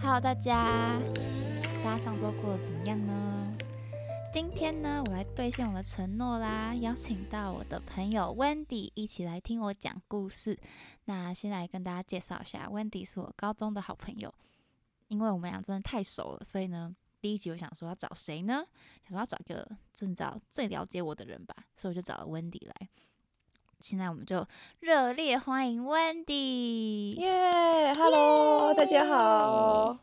Hello，大家，大家上周过得怎么样呢？今天呢，我来兑现我的承诺啦，邀请到我的朋友 Wendy 一起来听我讲故事。那先来跟大家介绍一下，Wendy 是我高中的好朋友，因为我们俩真的太熟了，所以呢，第一集我想说要找谁呢？想说要找一个最早最了解我的人吧，所以我就找了 Wendy 来。现在我们就热烈欢迎 Wendy。耶，Hello，大家好。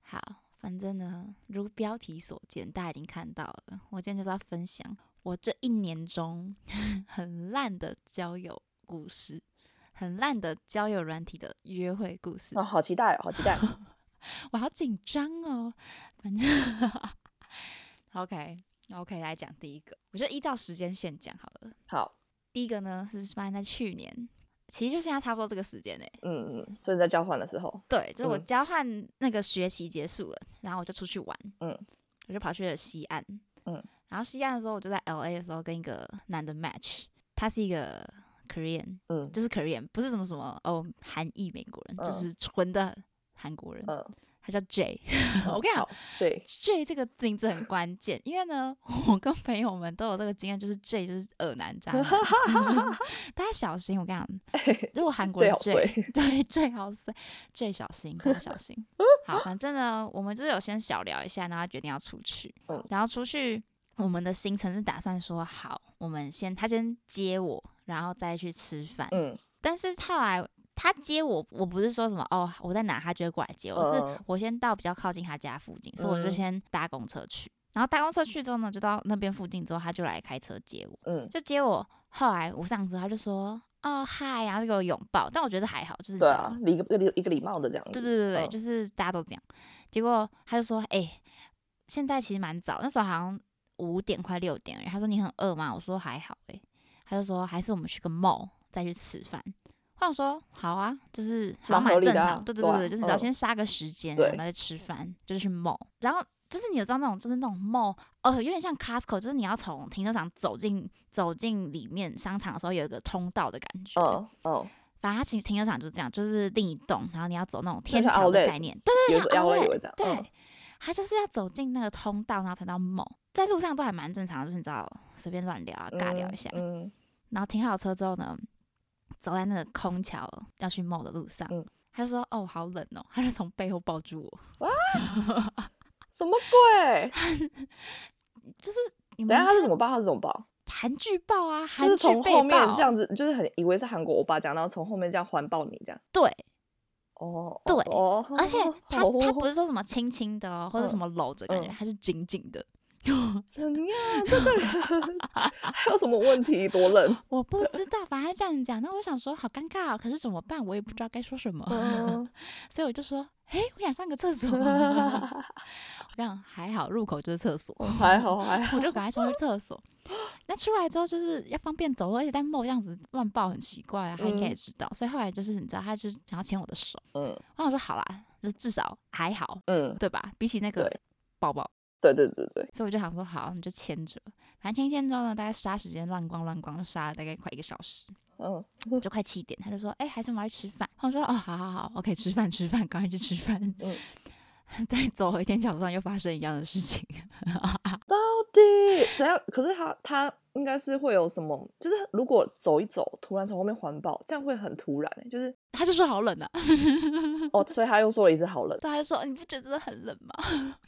好，反正呢，如标题所见，大家已经看到了。我今天就是要分享我这一年中 很烂的交友故事，很烂的交友软体的约会故事。哦，好期待哦，好期待。我好紧张哦。反正 ，OK OK，来讲第一个，我就依照时间线讲好了。好，第一个呢是发生在去年，其实就现在差不多这个时间内、欸嗯嗯，正在交换的时候，对，就是我嗯交换那个学期结束了，然后我就出去玩，嗯，我就跑去了西岸，嗯，然后西岸的时候，我就在 L A 的时候跟一个男的 match，他是一个 Korean，嗯就是 Korean，不是什么什么哦韩裔美国人，就嗯是纯的韩国人，嗯，他叫 J，我跟你讲好，对， J 这个名字很关键，因为呢， 我跟朋友们都有这个经验，就是 J 就是恶男渣 男，大家小心！我跟你讲，如果韩国 J 人好 J 睡对 J 好碎，J 小心，大家小心。好，反正呢，我们就是有先小聊一下，然后决定要出去，嗯然后出去，我们的行程是打算说好，我们先他先接我，然后再去吃饭。嗯但是后来他接我，我不是说什么哦，我在哪，他就会过来接我，嗯是我先到比较靠近他家附近，所以我就嗯先搭公车去。然后搭公车去之后呢，就到那边附近之后，他就来开车接我，嗯，就接我。后来我上车，他就说哦嗨，然后就给我拥抱，但我觉得还好，就是这对啊样，礼一个礼一个礼貌的这样子。对对对对，嗯就是大家都这样。结果他就说哎、现在其实蛮早，那时候好像五点快六点而已，他说你很饿吗？我说还好哎、他就说还是我们去个 mall 再去吃饭。我想说好啊，就是好像蛮合蛮理正的啊常，对对对对啊对，就是只要嗯先杀个时间，对然后再吃饭，就是去 mall。然后就是你有知道那种就是那种 mall，呃，有点像 Costco，就是你要从停车场走进走进里面商场的时候有一个通道的感觉。嗯嗯，反正它其实停车场就是这样，就是另一栋，然后你要走那种就天像桥的 outlet 概念，对有对时对，像候 outlet，也会这样。嗯对，他就是要走进那个通道，然后才到某，在路上都还蛮正常的，就是你知道随便乱聊啊，尬聊一下。嗯，然后停好车之后呢，走在那个空桥要去某的路上，嗯他就说：“哦，好冷哦。”他就从背后抱住我，什么鬼？就是你等们一下他是怎么抱？他是怎么抱？韩剧抱啊，韩就是剧从被后面抱这样子，就是很以为是韩国欧巴这样，然后从后面这样环抱你这样。对，哦，对哦，而且他哦他不是说什么轻轻的哦，或者什嗯么搂着感觉，嗯他是紧紧的。怎样？这个人 还有什么问题？多冷。我 不知道，反正这样讲，那我想说好尴尬哦，可是怎么办？我也不知道该说什么。嗯，所以我就说，哎，我想上个厕 所。我讲还好，入口就是厕所，还好还好我。就赶快冲去厕 所。那出来之后就是要方便走路，而且在梦这样子乱抱很奇怪啊，他应该也嗯知道。所以后来就是你知道，他就是想要牵我的手，嗯然后我说好啦，就是至少还好，嗯，对吧？比起那个对抱抱，对对对对，所以我就想说好，你就牵着。反正牵一牵之后呢，大概杀时间乱逛乱逛，杀了大概快一个小时。嗯就快七点，他就说：“哎、还是我们要去吃饭。”我说：“哦，好好好，OK，吃饭吃饭，赶快去吃饭。” 嗯再走回天桥上，又发生一样的事情。 到底怎样？可是他他应该是会有什么？就是如果走一走，突然从后面环抱，这样会很突然、欸。就是他就说好冷啊， 哦，所以他又说了一次好冷，对，他就说哦你不觉得真的很冷吗？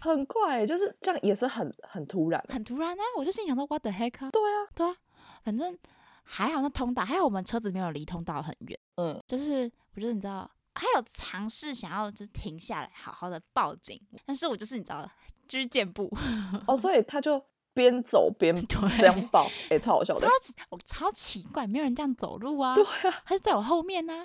很怪、欸，就是这样也是很很突然、欸。很突然啊，我就心想说 what the heck 啊，对啊，对啊，反正还好那通道，还好我们车子没有离通道很远，嗯，就是我觉得你知道，还有尝试想要就是停下来好好的报警，但是我就是你知道居健步，哦，所以他就边走边 对这样抱，哎、超好笑的超。级我超奇怪，没有人这样走路啊，对啊，嗯他就在我后面呢、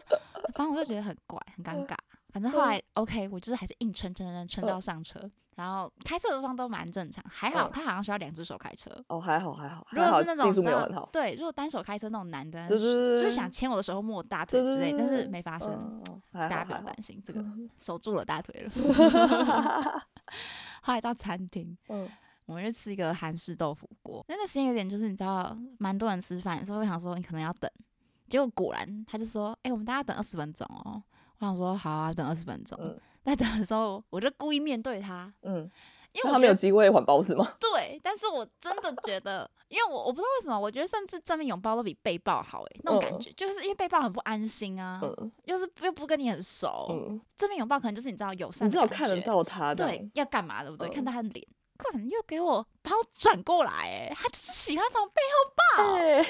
反正我就觉得很怪，很尴尬。反正后来 OK，我就是还是硬撑撑撑撑到上车，然后开车的路上都蛮正常，还好嗯他好像需要两只手开车。哦，还好还好，如还果好是那种技术你没知有道很好，对，如果单手开车那种男的，对对对，就是想牵我的时候摸我大腿对对之类，对但对是对没发生，嗯，嗯还大家好嗯不要还好担心，这 个守住了大腿了。后来到餐厅，嗯，我们就吃一个韩式豆腐锅。那个时间有点就是你知道，蛮多人吃饭，所以我想说你可能要等。结果果然他就说：“哎、我们大家等二十分钟哦。”我想说：“好啊，等二十分钟。嗯在等的时候，我就故意面对他，嗯，因为那我他没有觉得机会环保是吗？对，但是我真的觉得，因为我我不知道为什么，我觉得甚至正面拥抱都比被抱好诶、那种感嗯觉，就是因为被抱很不安心啊，嗯又是又不跟你很熟，嗯，正面拥抱可能就是你知道友善，你至少看得，到他这对样，，要干嘛对不对？嗯看到他的脸，可能又给我把我转过来、欸，他就是喜欢从背后抱，哎，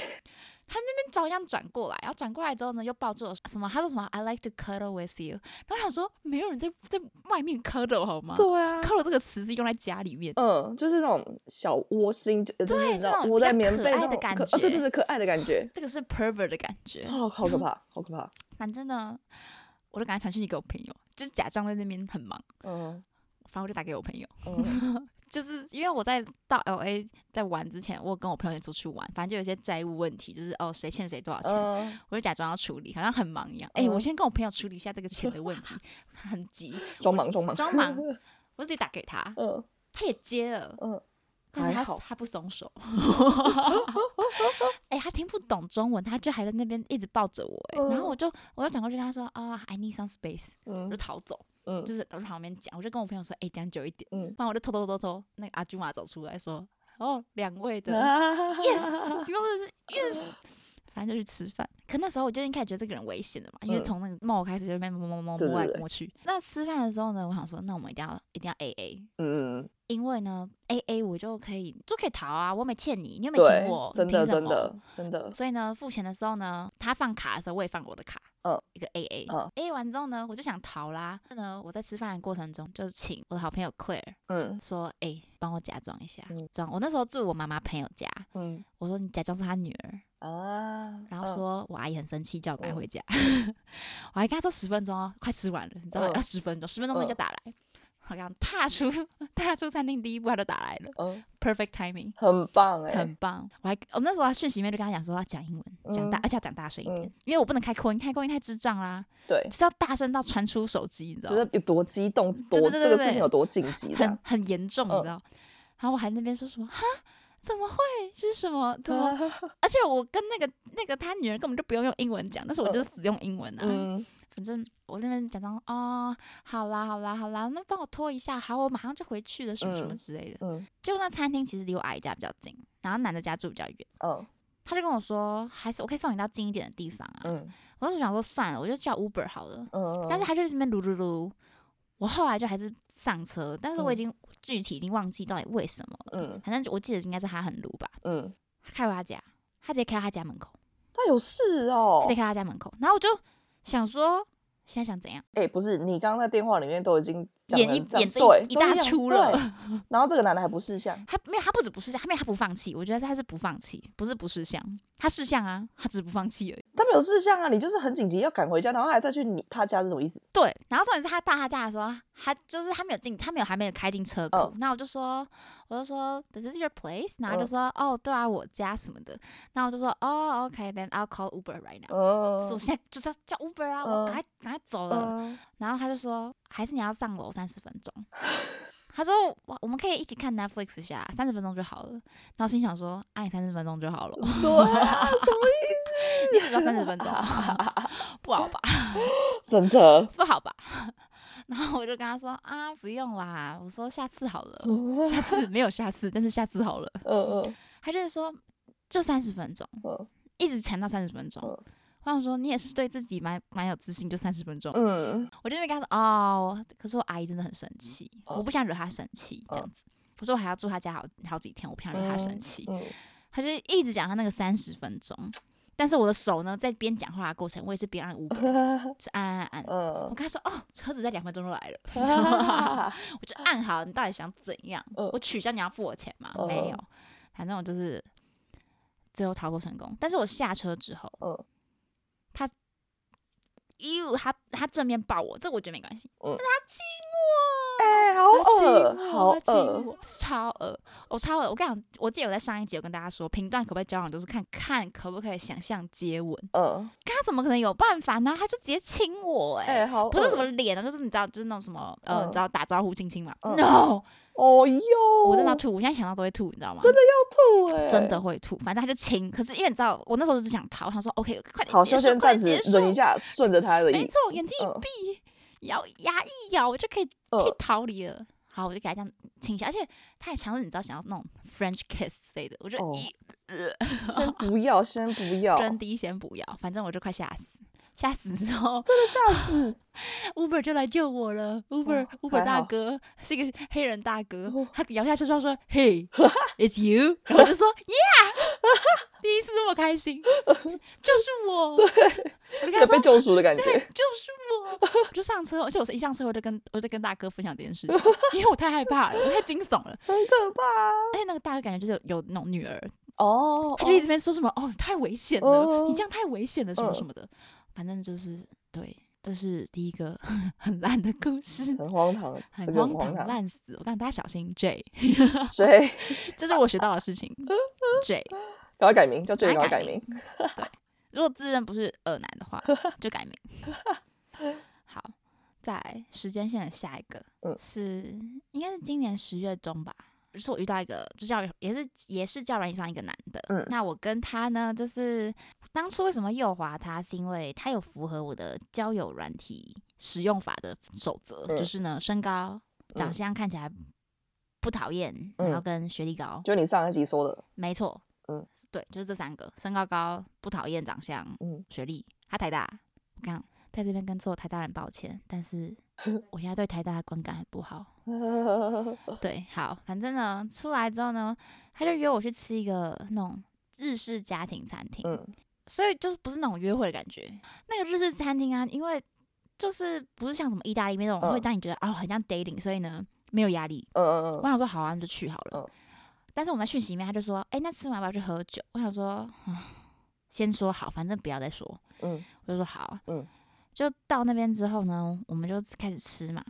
把我这样转过来，然后转过来之后呢，又抱住我什么，他说什么 I like to cuddle with you，然后我想说没有人在在外面 cuddle 好吗对啊， ？cuddle 这个词是用在家里面，嗯，就是那种小窝心，就就是对你知是那道种窝比在较棉可被爱那的种感可啊对觉对对，可爱的感觉，这个是 pervert 的感觉。哦，好可怕，好可怕，反正呢，我就赶快传讯息给我朋友，就是假装在那边很忙，嗯反正我就打给我朋友，嗯 就是因为我在到 L A 在玩之前，我有跟我朋友出去玩，反正就有一些债务问题，就是哦谁欠谁多少钱，嗯，我就假装要处理，好像很忙一样。哎、我嗯先跟我朋友处理一下这个钱的 问题，很急，装忙装忙装 忙，我自己打给他，嗯他也接了，嗯，但是还他好他不松 手，哎、他听不懂中文，他就还在那边一直抱着我、哎、然后我就我就转过去跟他说啊、i need some space，我就嗯逃走。嗯就是我就旁边讲，我就跟我朋友说，哎、讲久一点，嗯不然我就偷偷偷偷那个阿朱玛走出来说，哦，两位 的、 ，yes， yes，形容真的是 yes，反正就去吃饭。可那时候我就已经开始觉得这个人危险了嘛，因为嗯从那个猫开始就被摸摸摸对摸对来对摸去。那吃饭的时候呢，我想说，那我们一定要一定要 A A，嗯，因为呢 A A 我就可以就可以逃啊，我没欠你， 你又没对请我，，真你凭的什真么的真的，所以呢，付钱的时候呢，他放卡的时候，我也放我的卡，嗯，一个 A A，嗯 a 完之后呢，我就想逃啦。那呢，我在吃饭的过程中，就请我的好朋友 Claire 嗯说，哎、帮我假装一下嗯，装、我那时候住我妈妈朋友家，嗯我说你假装是她女儿，啊，然后嗯说、我阿姨很生气，叫我赶快回家。 我还跟她说十分钟哦，快吃完了，你知道吗？嗯要十分钟，十分钟内就嗯打来。好像踏出踏出餐厅第一步，他就打来了嗯， ，perfect timing。很棒哎，很棒。我还我那时候还讯息里面就跟他讲说要讲英文，讲大、嗯而且要讲大声一点，嗯因为我不能开扩音，开扩音太智障啦，对就，是要大声到传出手机，你知道就吗是？有多激动，对多对这对个对事情有多紧急这很样，很严重，你嗯知道？然后我还那边说什么哈？怎么会是什么？怎啊么？而且我跟那个那个他女儿根本就不用用英文讲，但是我就嗯死用英文啊。嗯反正我那边假装哦，好啦好啦好啦，那帮我拖一下，好，我马上就回去了，什么什么嗯之类的。嗯就那餐厅其实离我阿姨家比较近，然后男的家住比较远。嗯他就跟我说，还是我可以送你到近一点的地方啊。嗯我就想说算了，我就叫 Uber 好了。嗯，但是他就在那边噜噜噜，我后来就还是上车，但是我已嗯经、具体已经忘记到底为什么了。嗯反正我记得应该是他很鲁吧，嗯，他开回他家，他直接开到他家门口，他有事他哦直接，开到他家门口，然后我就想说，现在想怎样？哎，不是，你刚刚在电话里面都已经讲演成一这样演这对一一都大样出对了然后这个男的还不识相，他没有，他不止不识相，他没有，他不放弃。我觉得他是不放弃，不是不识相，他识相啊，他只是不放弃而已。他没有识相啊，你就是很紧急要赶回家，然后还再去你他家是什么意思？对，然后重点是他到他家的时候，他就是他没有进，他没有还没有开进车库嗯，那、我就说，我就说 This is your place，然后他就嗯说、哦对啊我家什么的，那我就说哦 OK，then、I'll call Uber right now，、嗯所以我现在就是要叫 Uber 啊，我赶嗯快赶快走了，嗯然后他就说还是你要上楼三十分钟，他说我我们可以一起看 Netflix 一下，三十分钟就好了，然后心想说按你三十分钟就好了，对啊，什么 意你只要三十分钟， 不好吧？思？真的，不好吧？然后我就跟他说啊，不用啦，我说下次好了，嗯下次没有下次，但是下次好了。嗯他就是说就三十分钟，嗯一直缠到三十分钟。嗯我想说你也是对自己蛮蛮有自信，就三十分钟。嗯我就那边跟他说哦，可是我阿姨真的很生气，嗯我不想惹她生气，这样子。我说我还要住她家好好几天，我不想惹她生气。嗯他就一直讲他那个三十分钟，但是我的手呢，在边讲话的过程，我也是边按 Uber，就按按按。我嗯，跟他说哦，车子在两分钟就来了，嗯我就按好，你到底想怎样？嗯我取消你要付我钱吗？嗯没有，反正我就是最后逃脱成功。但是我下车之后，嗯他，咦，他他正面抱我，这个我觉得没关系，嗯但是他亲我，哎，好他亲恶，我好哦他亲恶，我，超恶，我超恶。我跟你讲，我记得我在上一集有跟大家说，评断可不可以交往，就是看看可不可以想象接吻。嗯，他怎么可能有办法呢？他就直接亲我、欸，哎、好恶，不是什么脸啊，就是你知道，就是那种什么呃，你知道打招呼亲亲嘛、嗯 n o 哦哟，我真的要吐，我现在想到都会吐，你知道吗？真的要吐哎、真的会吐，反正他就亲，可是因为你知道，我那时候只想逃，我想说 OK，快点好结像束，先快暂点时结束，哎忍一下，顺着他的没意，错，眼睛一嗯闭，咬牙一咬，我就可以可以嗯逃离了。好，我就给他这样亲一下，而且他也尝试，你知道，想要那种 French kiss 之类的，我就哦一、先不要，先不要，真滴先不要，反正我就快吓死，吓死之后真的 吓死， Uber 就来救我了。Uber、Uber 哦还大好哥 是一个黑人大哥，哦他摇下车 窗说：“Hey，it's you。”然后我就说：“Yeah。” 第一次那么开 心，就是我。我就跟有他被说。救赎的感对，觉，就是我，我就上车，而且我是一上车我就跟我就跟大哥分享这件事 情，因为我太害怕了，我太惊悚了，很可怕而且那个大哥感觉就是有有那种女儿，哦，他就一直在那哦边说什么哦太危险了，你哦这样太危险了什么嗯什么的，反正就是对，这是第一个 很烂的故事。很荒唐，很这个荒很唐，荒唐，烂死！我告诉大家小心 J，谁？这是我学到的事情。J，赶快改名，叫 J，赶赶快快改改名。如果自认不是恶男的 话，就改名。好，在时间线的下一个，嗯是应该是今年十月中吧。就是我遇到一个，就叫也是也是叫软以上一个男的，嗯那我跟他呢，就是当初为什么右滑他，是因为他有符合我的交友软体使用法的守则，嗯就是呢身高、长嗯相看起来不讨厌，然后跟学历高，就你上一集说的， 没错，嗯，对，就是这三个，身高高，不讨厌长相，嗯学历，他台大，我刚在这边跟所有台大人抱歉，但 是我现在对台大的观感很不好。嗯哦对，好，反正呢，出来之后呢，他就约我去吃一个那种日式家庭餐厅，嗯所以就是不是那种约会的感觉。那个日式餐厅啊，因为就是不是像什么意大利面那种、嗯会让你觉得哦很像 dating，所以呢没有压力，嗯嗯我嗯，想说好啊，那就去好了。嗯但是我们在讯息里面他就说，哎、那吃完要不要去喝酒？我想说，啊先说好，反正不要再说。嗯，我就说好，啊嗯，就到那边之后呢，我们就开始吃嘛。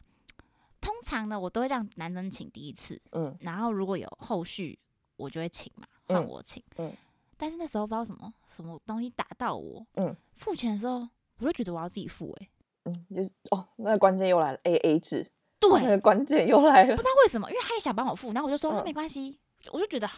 通常呢，我都会让男生请第一次，嗯，然后如果有后续，我就会请嘛，嗯换我请，嗯但是那时候不知道什么什么东西打到我，嗯，付钱的时候，我就觉得我要自己付、欸，哎，嗯，就是哦，那个关键又来了，A A 制，对，那个关键又来了 不。知道为什么，因为他也想帮我付，然后我就说、那嗯没关系，我就觉得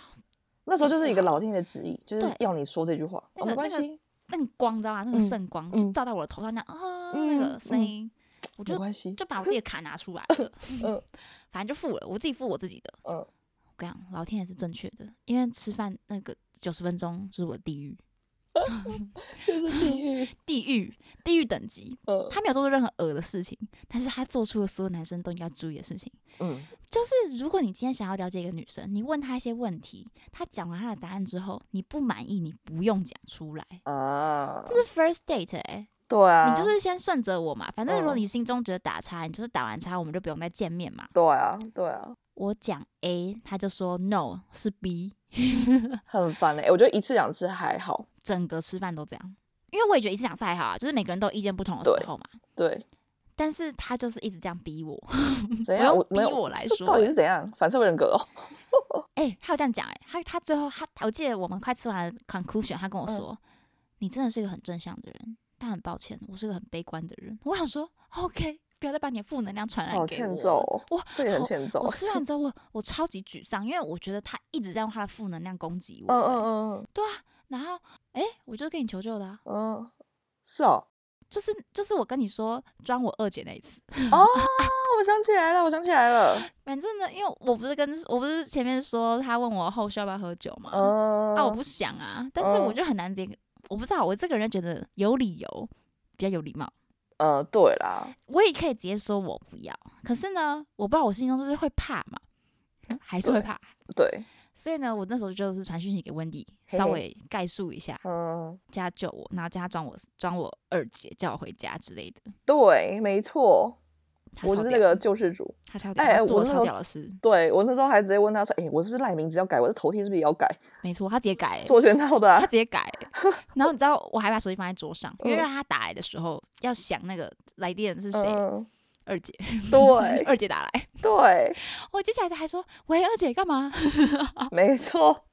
那时候就是一个老天的旨意，就是对要你说这句话，那哦个没关那个系，那个光，你知道吗？那个嗯圣光、就嗯照到我的头上，那样啊，嗯那个声嗯音，我没就关系，，就把我自己的卡拿出来了 嗯 反正就付了，我自己付我自己的。 嗯，我跟你讲，老天也是正确的，因为吃饭那个九十分钟就是我的地狱，就是地狱，地狱，地狱等级。嗯他没有做出任何恶的事情，但是他做出了所有男生都应该注意的事情，嗯就是如果你今天想要了解一个女生，你问她一些问题，她讲完她的答案之后，你不满意，你不用讲出来，啊，这是 first date 哎、对啊，你就是先顺着我嘛，反正如果嗯你心中觉得打叉，你就是打完叉，我们就不用再见面嘛。对啊，对啊，我讲 A，他就说 no 是 B，很烦哎，我觉得一次两次还好，整个吃饭都这样。因为我也觉得一次两次还好啊，就是每个人都有意见不同的时对候嘛。对，但是他就是一直这样逼我，怎我样？要我没逼有，我来这说到底欸是怎样？反社会人格哦，哎、他有这样讲哎、他他最后他我记得我们快吃完了 conclusion，他跟我嗯说，你真的是一个很正向的人，但很抱歉，我是个很悲观的人。我想说 OK，不要再把你的负能量传哎染给我好了。欠揍哦，哇，这也很好欠揍哦我，吃 完之后我，我超级沮丧，因为我觉得他一直在用他的负能量攻击我。欸嗯嗯嗯对啊，然后哎、我就是跟你求救的、啊，嗯嗯，是 哦，就是就是我跟你说装我二姐那一次。哦，我想起来了，我想起来 了，反正呢，因为我不是跟我不是前面说他问我后续要不要喝酒嘛，嗯，啊我不想啊，但是我嗯就很难直接，我不知道我这个人就觉得有理由比较有礼貌。呃，对啦，我也可以直接说我不要，可是呢，我不知道我心中就是会怕嘛，还是会嗯对怕，对，所以呢，我那时候就是传讯息给温迪，嘿稍嘿微概述一下，嗯，叫他救我，然后叫他装我装我二姐，叫我回家之类的。对，没错，他我超就是那屌个，救世主。他超屌，他哎哎做我了那超时候屌的事，对我那时候还直接问他说：“哎、我是不是赖名字要改？我的头贴是不是也要改？没错，他直接改、欸，做全套的、他啊直。接改 欸、然后你知道，我还把手机放在桌上，因为嗯让他打来的时候要想那个来电是嗯” 谁，嗯，二姐，对二姐打来， 对，我接起来还说喂二姐干嘛？没错，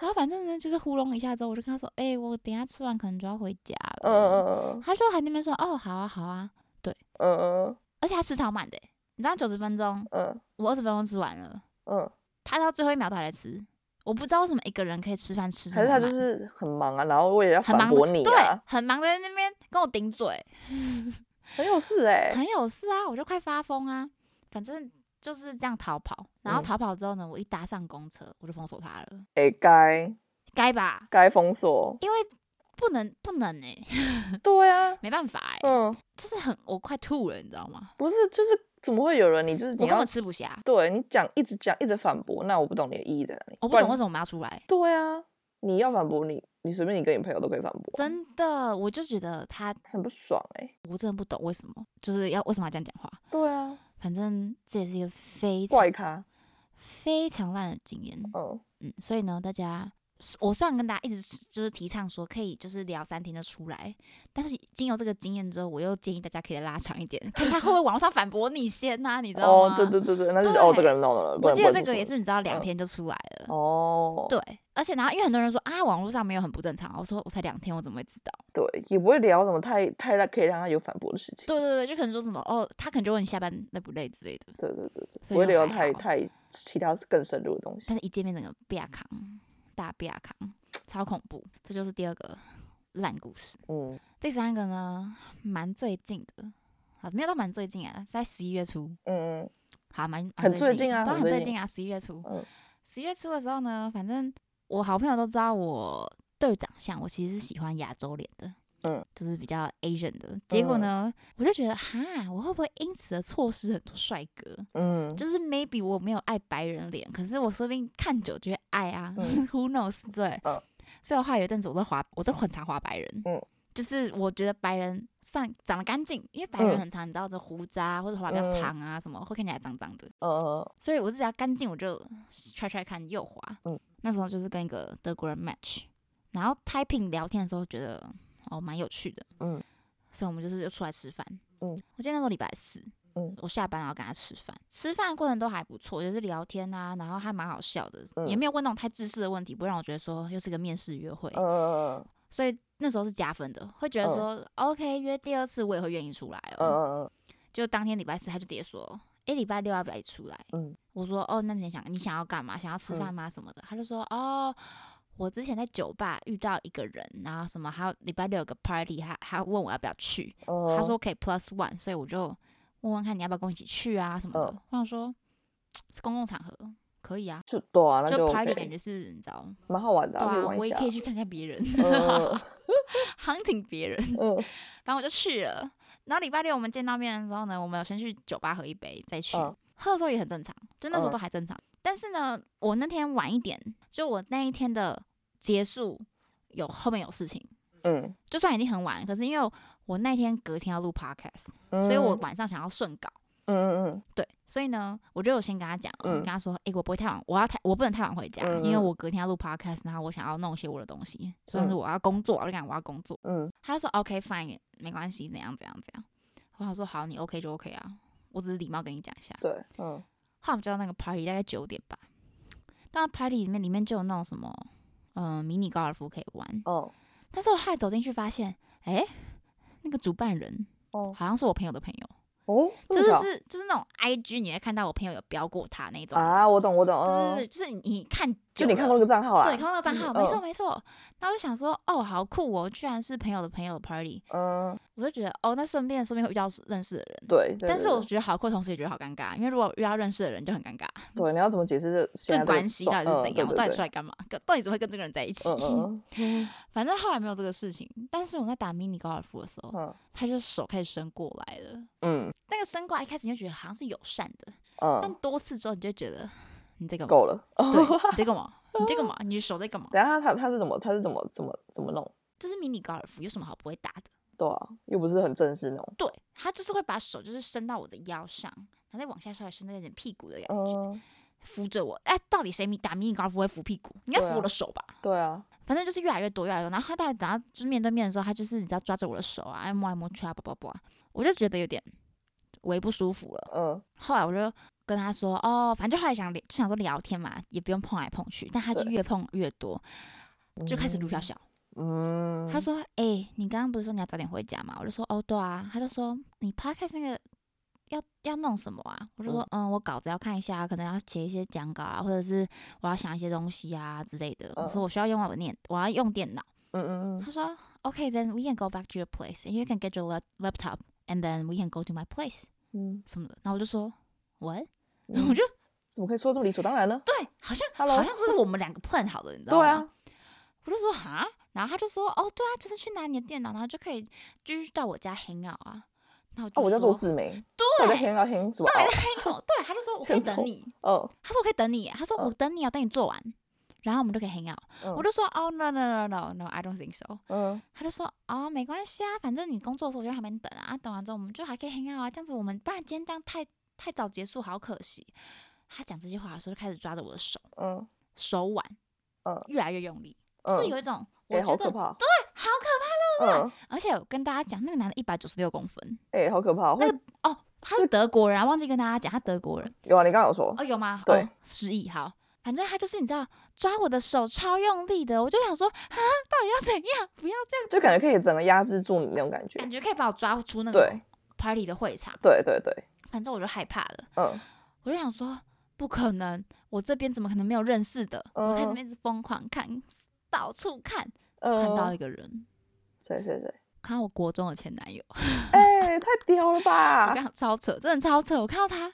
然后反正呢就是糊弄一下之后，我就跟她说，哎、我等一下吃完可能就要回家了。嗯嗯她就还在那边说，哦好啊好啊，嗯嗯而且她吃超慢的欸，你知道九十分钟，嗯我二十分钟吃完了，嗯，她到最后一秒都还在吃，我不知道为什么一个人可以吃饭吃这还么是他慢。就是很忙啊，然后为了要很反忙驳的，你对啊，，很忙的在那边跟我顶嘴，很有事哎、很有事啊，我就快发疯啊，反正就是这样逃跑。然后嗯逃跑之后呢，我一搭上公车，我就封锁他了，哎、该该吧？该封锁，因为不能不能哎、对啊，没办法哎、嗯，就是很我快吐了，你知道吗？不是，就是怎么会有人你就是我你根要本吃不下，对你讲一直讲一直反驳，那我不懂你的意义在哪里，我不然懂为什么我们要出来。对啊，你要反驳你，你随便你跟你朋友都可以反驳，啊真的，我就觉得他，很不爽哎、我真的不懂为什么，就是要为什么要这样讲话。对啊，反正这也是一个非常怪咖，非常烂的经验。嗯嗯，所以呢，大家，我虽然跟大家一直是就是提倡说可以就是聊三天就出来，但是经由这个经验之后，我又建议大家可以拉长一点，看他会不会网上反驳你先呐、你知道吗？哦，对对。对对，那就是哦这个对人弄了，不我能记不得这能说个什也么是，你知道，两嗯天就出来了。哦，对，而且然后因为很多人说啊，网络上没有很不正常，我说我才两天，我怎么会知道？对，也不会聊什么太太让可以让他有反驳的事情。对对对，就可能说什么哦，他可能就问你下班累不累之类的，对对对对，所不以会就聊还太好太其他更深入的东但西。是一见面整个啪扛大啪扛，超恐怖。这就是第二个烂故事。嗯，第三个呢，蛮最近的，啊，没有到蛮最近啊，是在十一月初，嗯好，蛮蛮很最近近啊都很很最最近近啊，十一月初嗯，十一、月初的时候呢，反正我好朋友都知道我对于长相，我其实是喜欢亚洲脸的，嗯，就是比较 Asian 的。结果嗯呢，我就觉得哈，我会不会因此而错失很多帅哥？嗯，就是 maybe 我没有爱白人脸，可是我说不定看久就会爱啊、 嗯 w h o knows？对，嗯所以我后来有一阵子我都滑，我都很常滑白人，嗯就是我觉得白人算长得干净，因为白人嗯很常你知道这胡渣啊或者头发比较嗯长啊什么，会看起来脏脏的，呃，所以我只要干净我就 try try 看右滑，嗯那时候就是跟一个德国人 match，然后 typing 聊天的时候觉得哦蛮有趣的，嗯，所以我们就是又出来吃饭，嗯我记得那时候礼拜四，嗯我下班然后跟他吃饭，吃饭的过程都还不错，就是聊天啊，然后还蛮好笑的，嗯也没有问那种太自私的问题，不会让我觉得说又是个面试约会，呃，所以那时候是加分的，会觉得嗯说、OK 约第二次我也会愿意出来哦，呃，就当天礼拜四，他就直接说：“诶，礼拜六要不要一起出来？”嗯我说：“哦，那你想你想要干嘛？想要吃嗯饭吗？什么的？”他就说：“哦，我之前在酒吧遇到一个人，然后什么，还有礼拜六有个 party，他他问我要不要去，呃，嗯他说可以 plus one，所以我就问问看你要不要跟我一起去啊什么的。嗯我想说是公共场合，可以啊，就对啊，那就 OK party 感觉是你知道，蛮好玩的对啊，可以啊，玩我一也下可。以去啊看看别人，嗯 hunting 别人。嗯反正我就去了。然后礼拜六我们见到面的时候呢，我们有先去酒吧喝一杯，再去、嗯喝的时候也很正常，就那时候嗯都还正常。但是呢，我那天晚一点，就我那一天的结束有后面有事情，嗯就算已经很晚，可是因为我那天隔天要录 podcast，、嗯， 所以我晚上想要顺稿。嗯嗯对，所以呢，我就有先跟他讲，我嗯跟他说，诶，我不会太晚，我要太，我不能太晚回家，因为嗯嗯我隔天要录 podcast，然后我想要弄一些我的东西，所以嗯是我要工作，我就讲我要工作。嗯他就说 OK fine，没关系，怎样怎样怎样。我想说好，你 OK 就 OK 啊，我只是礼貌跟你讲一下嗯，。对，嗯后来我们就到那个 party，大概九点吧。到 party 里面，里面就有那种什么，嗯、迷你高尔夫可以玩。哦但是我后来走进去发现，哎、那个主办人哦好像是我朋友的朋友，哦，这就么是巧是就是那种 IG 你会看到我朋友有标过他那种，啊，我懂我懂，就嗯是，就是你看久就你看过了那个账号啦，对，看到那个账号，没错嗯没错。那我就想说，哦，好酷哦，居然是朋友的朋友的 party。嗯，我就觉得哦，那顺便顺便会遇到认识的人。对，对但是对我对觉得好酷，同时也觉得好尴尬，因为如果遇到认识的人就很尴尬，对你要怎么解释这现在这个关系到底是状怎样？嗯我到底出对来干嘛？跟到底怎么会跟这个人在一起？对对嗯嗯反正后来没有这个事情。但是我在打迷你高尔夫的时候，嗯他就手开始伸过来了。嗯那个伸过来一开始你就觉得好像是友善的，嗯但嗯，多次之后你就觉得你在干嘛？够了。嗯 对，你在干嘛？你在干嘛？你手在干嘛？等一下他他他是怎么他是怎么怎么怎么弄？就是迷你高尔夫有什么好不会打的？对啊，又不是很正式那种。对他就是会把手就是伸到我的腰上，然后再往下稍微伸到有点屁股的感觉。嗯，扶着我。哎，到底谁迷打迷你高尔夫会扶屁股？你应该对啊扶我的手吧。对啊，反正就是越来越多，越来越多。然后他到底啊等到就是面对面的时候，他就是你知道抓着我的手啊，哎摸来摸去啊，叭叭叭。我就觉得有点胃不舒服了。嗯，后来我就跟他说，哦，反正就后来想聊就想说聊天嘛，也不用碰来碰去，但他就对越碰越多，就开始卢小小。嗯，他说：“哎、你刚刚不是说你要早点回家吗？”我就说：“哦，对啊。”他就说：“你 podcast 那个要要弄什么啊？”我就说：“嗯，我稿子要看一下，可能要写一些讲稿啊，或者是我要想一些东西啊之类的。我说：“我需要用我的念，我要用电脑。嗯嗯嗯他说：“Okay, then we can go back to your place, and you can get your lap- laptop, and then we can go to my place 嗯，什么的。”然后我就说：“What？” 嗯我就怎么可以说这么理所当然呢？对，好像 Hello？好像这是我们两个 plan 好的，你知道吗？对啊，我就说哈，然后他就说哦，对啊，就是去拿你的电脑，然后就可以继续到我家 hang out 啊。然后啊，就我叫说做自媒，对，我到在底在 hang out hang 什么啊 out？ hang 什么？对，他就 说我可以欠等揍你，嗯他说我可以等你耶，他说嗯我等你啊，等你做完，然后我们就可以 hang out。嗯我就说哦，no no no no no，I don't think so。嗯他就说哦，没关系啊，反正你工作的时候我就在旁边等啊，啊等完之后我们就还可以 hang out 啊，这样子我们不然今天这样太太早结束，好可惜。他讲这句话的时候就开始抓着我的手嗯手腕，嗯越来越用力，嗯，是有一种我哎，觉好得可怕，好可嗯，而且我跟大家讲，那个男的一百九十六公分，哎，好可怕，会那个哦，他是德国人啊，忘记跟大家讲，他德国人有啊，你刚刚有说哦，，有吗？对哦，失忆好，反正他就是你知道抓我的手超用力的，我就想说啊，到底要怎样？不要这样，就感觉可以整个压制住你那种感觉感，哦觉可以把我抓出那个对 party 的会场，对对对，反正我就害怕了，嗯我就想说不可能，我这边怎么可能没有认识的？我开始嗯一直疯狂看，到处看，嗯，看到一个人，谁谁 谁，看到我国中的前男友。哎，太屌了我吧跟，他超扯，真的超扯。我看到他，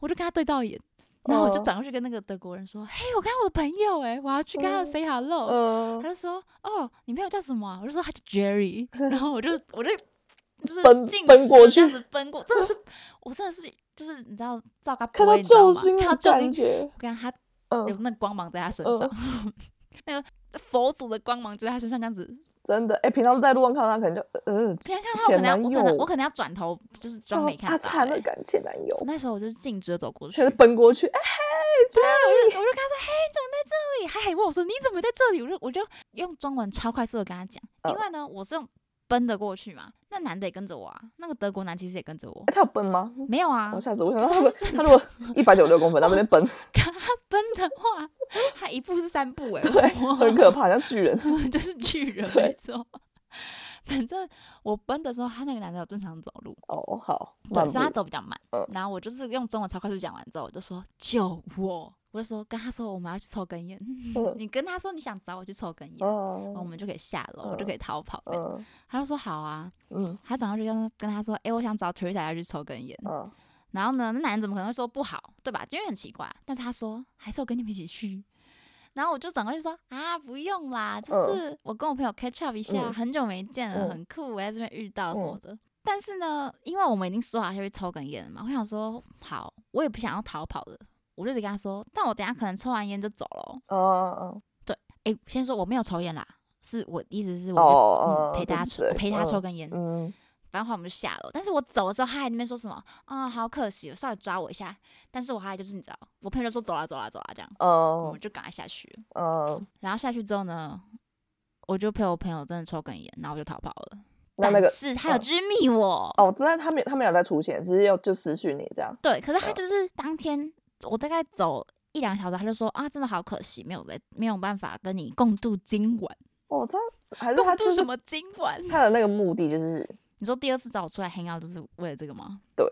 我就跟他对到眼，然后我就嗯转过去跟那个德国人说：“嘿，我看到我朋友哎、我要去跟他嗯 say hello。嗯他，就说：“哦，你朋友叫什么啊、我就说：“他叫 Jerry。”然后我就我就就是奔径奔直过这样去子奔过，真的 是我真的是就是你知道照他看到救星看到的救星感，觉，我看他有嗯，那个光芒在他身嗯上，那个佛祖的光芒就在他身上这样子。真的，哎，平常在路上看到他，可能就呃，平常看到他，我可能要我可前男能友我可能要转头就是装没看他到、哦惨了，欸感情男友，那时候我就是径直的走过去，全是奔过去，哎，我就我就跟他说：“嘿，你怎么在这里？”他还问我说：“你怎么在这里？”我就我就用中文超快速的跟他讲，因嗯为呢，我是用奔的过去嘛，那男的也跟着我啊，那个德国男其实也跟着我，他有奔吗？没有啊我，吓死我！就想是说他 如他果是他如果一百九六公分，然后在那边奔，他奔的话，他一步是三 步哎、对，我很可怕，像巨 人。就是巨人对没错。 反正我奔的时候，他那个男的有正常走路，哦，好，对，漫所以他步。走比较慢。嗯然后我就是用中文超快速讲完之后，我就说救我，我就说跟他说我们要去抽根烟，嗯你跟他说你想找我去抽根烟，然后我嗯们就可以下楼，我就可以逃跑。这样嗯他就说好啊，嗯他早上就跟跟他说，哎诶，我想找 Teresa 要去抽根烟。嗯，然后呢，那男人怎么可能会说不好，对吧？因为很奇怪。但是他说还是我跟你们一起去。然后我就转过去说啊，不用啦，就是我跟我朋友 catch up 一下，嗯很久没见了，嗯很酷，我在这边遇到什么的。但是呢，因为我们已经说好要去抽根烟了嘛，我想说好，我也不想要逃跑了，我就得跟他说，但我等一下可能抽完烟就走了哦。哦诶，先说我没有抽烟啦，是我意思是我就、哦嗯、陪大家抽，陪他抽，根烟。嗯然后后来我们就下楼，但是我走的时候，他还在那边说什么啊、好可惜哦，稍微抓我一下。但是我还就是你知道，我朋友就说走啦走啦走啦这样，我嗯们就赶快下去了。嗯，然后下去之后呢，我就陪我朋友真的抽根烟，然后我就逃跑了。那那个但是他有嗯拘密我，哦，真的，他们他们俩在出现，只是要就失去你这样。对，可是他就是当天我大概走一两小时，他就说啊，真的好可惜，没有在没有办法跟你共度今晚，哦，他还是共他度就什是么今晚？他的那个目的就是你说第二次找我出来 hang out 就是为了这个吗？对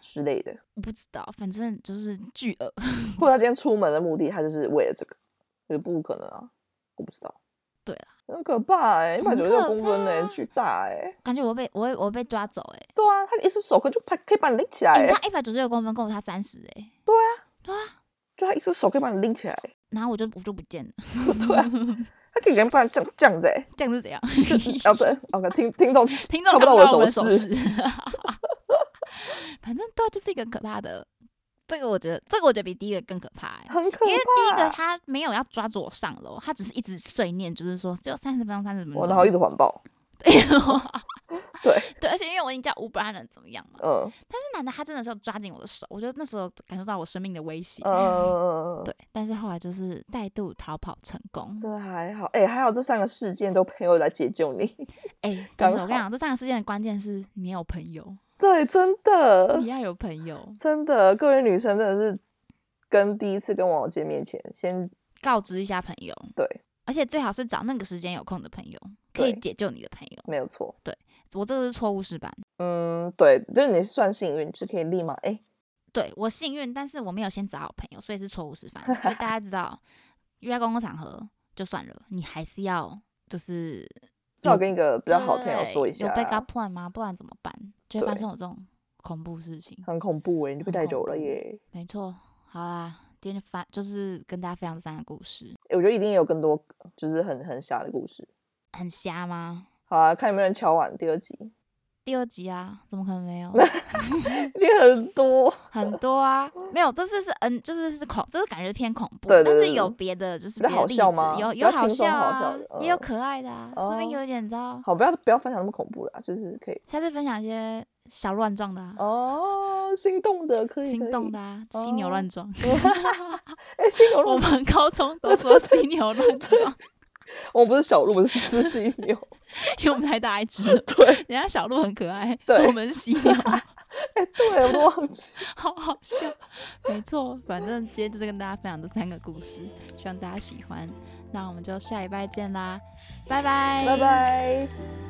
之类的，我不知道，反正就是巨恶。或者他今天出门的目的，他就是为了这个，也不可能啊，我不知道。对啊，很可怕哎，一百很九十六可公分怕呢，巨大哎。 感觉我被我会我会被抓走哎、对啊，他一只手可以就把可以把你拎起来、欸，欸、欸，他一百九十六公分，跟我差三十哎，就他一只手可以把你拎起来，然后我就我就不见了， 对啊，他可以给人把你这样这样子、欸，这样是怎样？ 就哦对，OK，听听懂，听众看不到我我的们的手手势， 反正对啊，就是一个很可怕的。这个我觉得，这个我觉得比第一个更可怕、欸，很可因为第一个怕。他没有要抓住我上楼，他只是一直碎念，就是说只有三十分钟，三十分钟。我然后一直环抱，对，对，而且因为我已经叫 Uber，他能怎么样嘛？ 嗯但是男的他真的是有抓紧我的手，我就那时候感受到我生命的威胁。嗯，对，但是后来就是再度逃跑成功。这还好，哎、还好这三个事件都朋友来解救你， 哎、真刚的，我跟你好讲，这三个事件的关键是你没有朋友，对，真 的你，要有朋友，真的，各位女生真的是跟第一次跟网友见面前，先告知一下朋友，对，而且最好是找那个时间有空的朋友，可以对解救你的朋友。没有错。我这个是错误示范，嗯，对，就是你算幸运，是可以立马哎、对我幸运，但是我没有先找好朋友，所以是错误示范。所以大家知道，约在公共场合就算了，你还是要就是至少跟一个比较好的朋友对说一下有被 u 啊， plan 吗？不然怎么办？就会发对生我这种恐怖事情。很恐怖哎、你就很被带恐走了怖耶。没错，好啦，今天就发就是跟大家分享这三个故事，欸我觉得一定有更多，就是很很瞎的故事。很瞎吗？好啊，看有没有人敲完第二集， 第二集啊，怎么可能没有？一定很多。很多啊，没有，这次是嗯，就是是恐，这是感觉偏恐怖，对对但对是对有别的，就是比较别的好例笑子吗有比有较轻松笑好啊笑的，也有嗯可爱的啊，说不定哦有一点你知道，好，不要不要分享那么恐怖啦，就是可以下次分享一些小乱撞的啊，哦，心动的可以，可心以动的。啊，犀牛哦乱撞。哎、犀牛我乱，们高中都说犀牛 乱撞，我们不是小鹿，我们是 是犀牛。因为我们太大一只了。对，人家小鹿很可爱，对我们是犀牛，哎、对，我都忘记。 好好笑。没错，反正今天就是跟大家分享这三个故事，希望大家喜欢。那我们就下礼拜见啦，拜拜，拜。拜。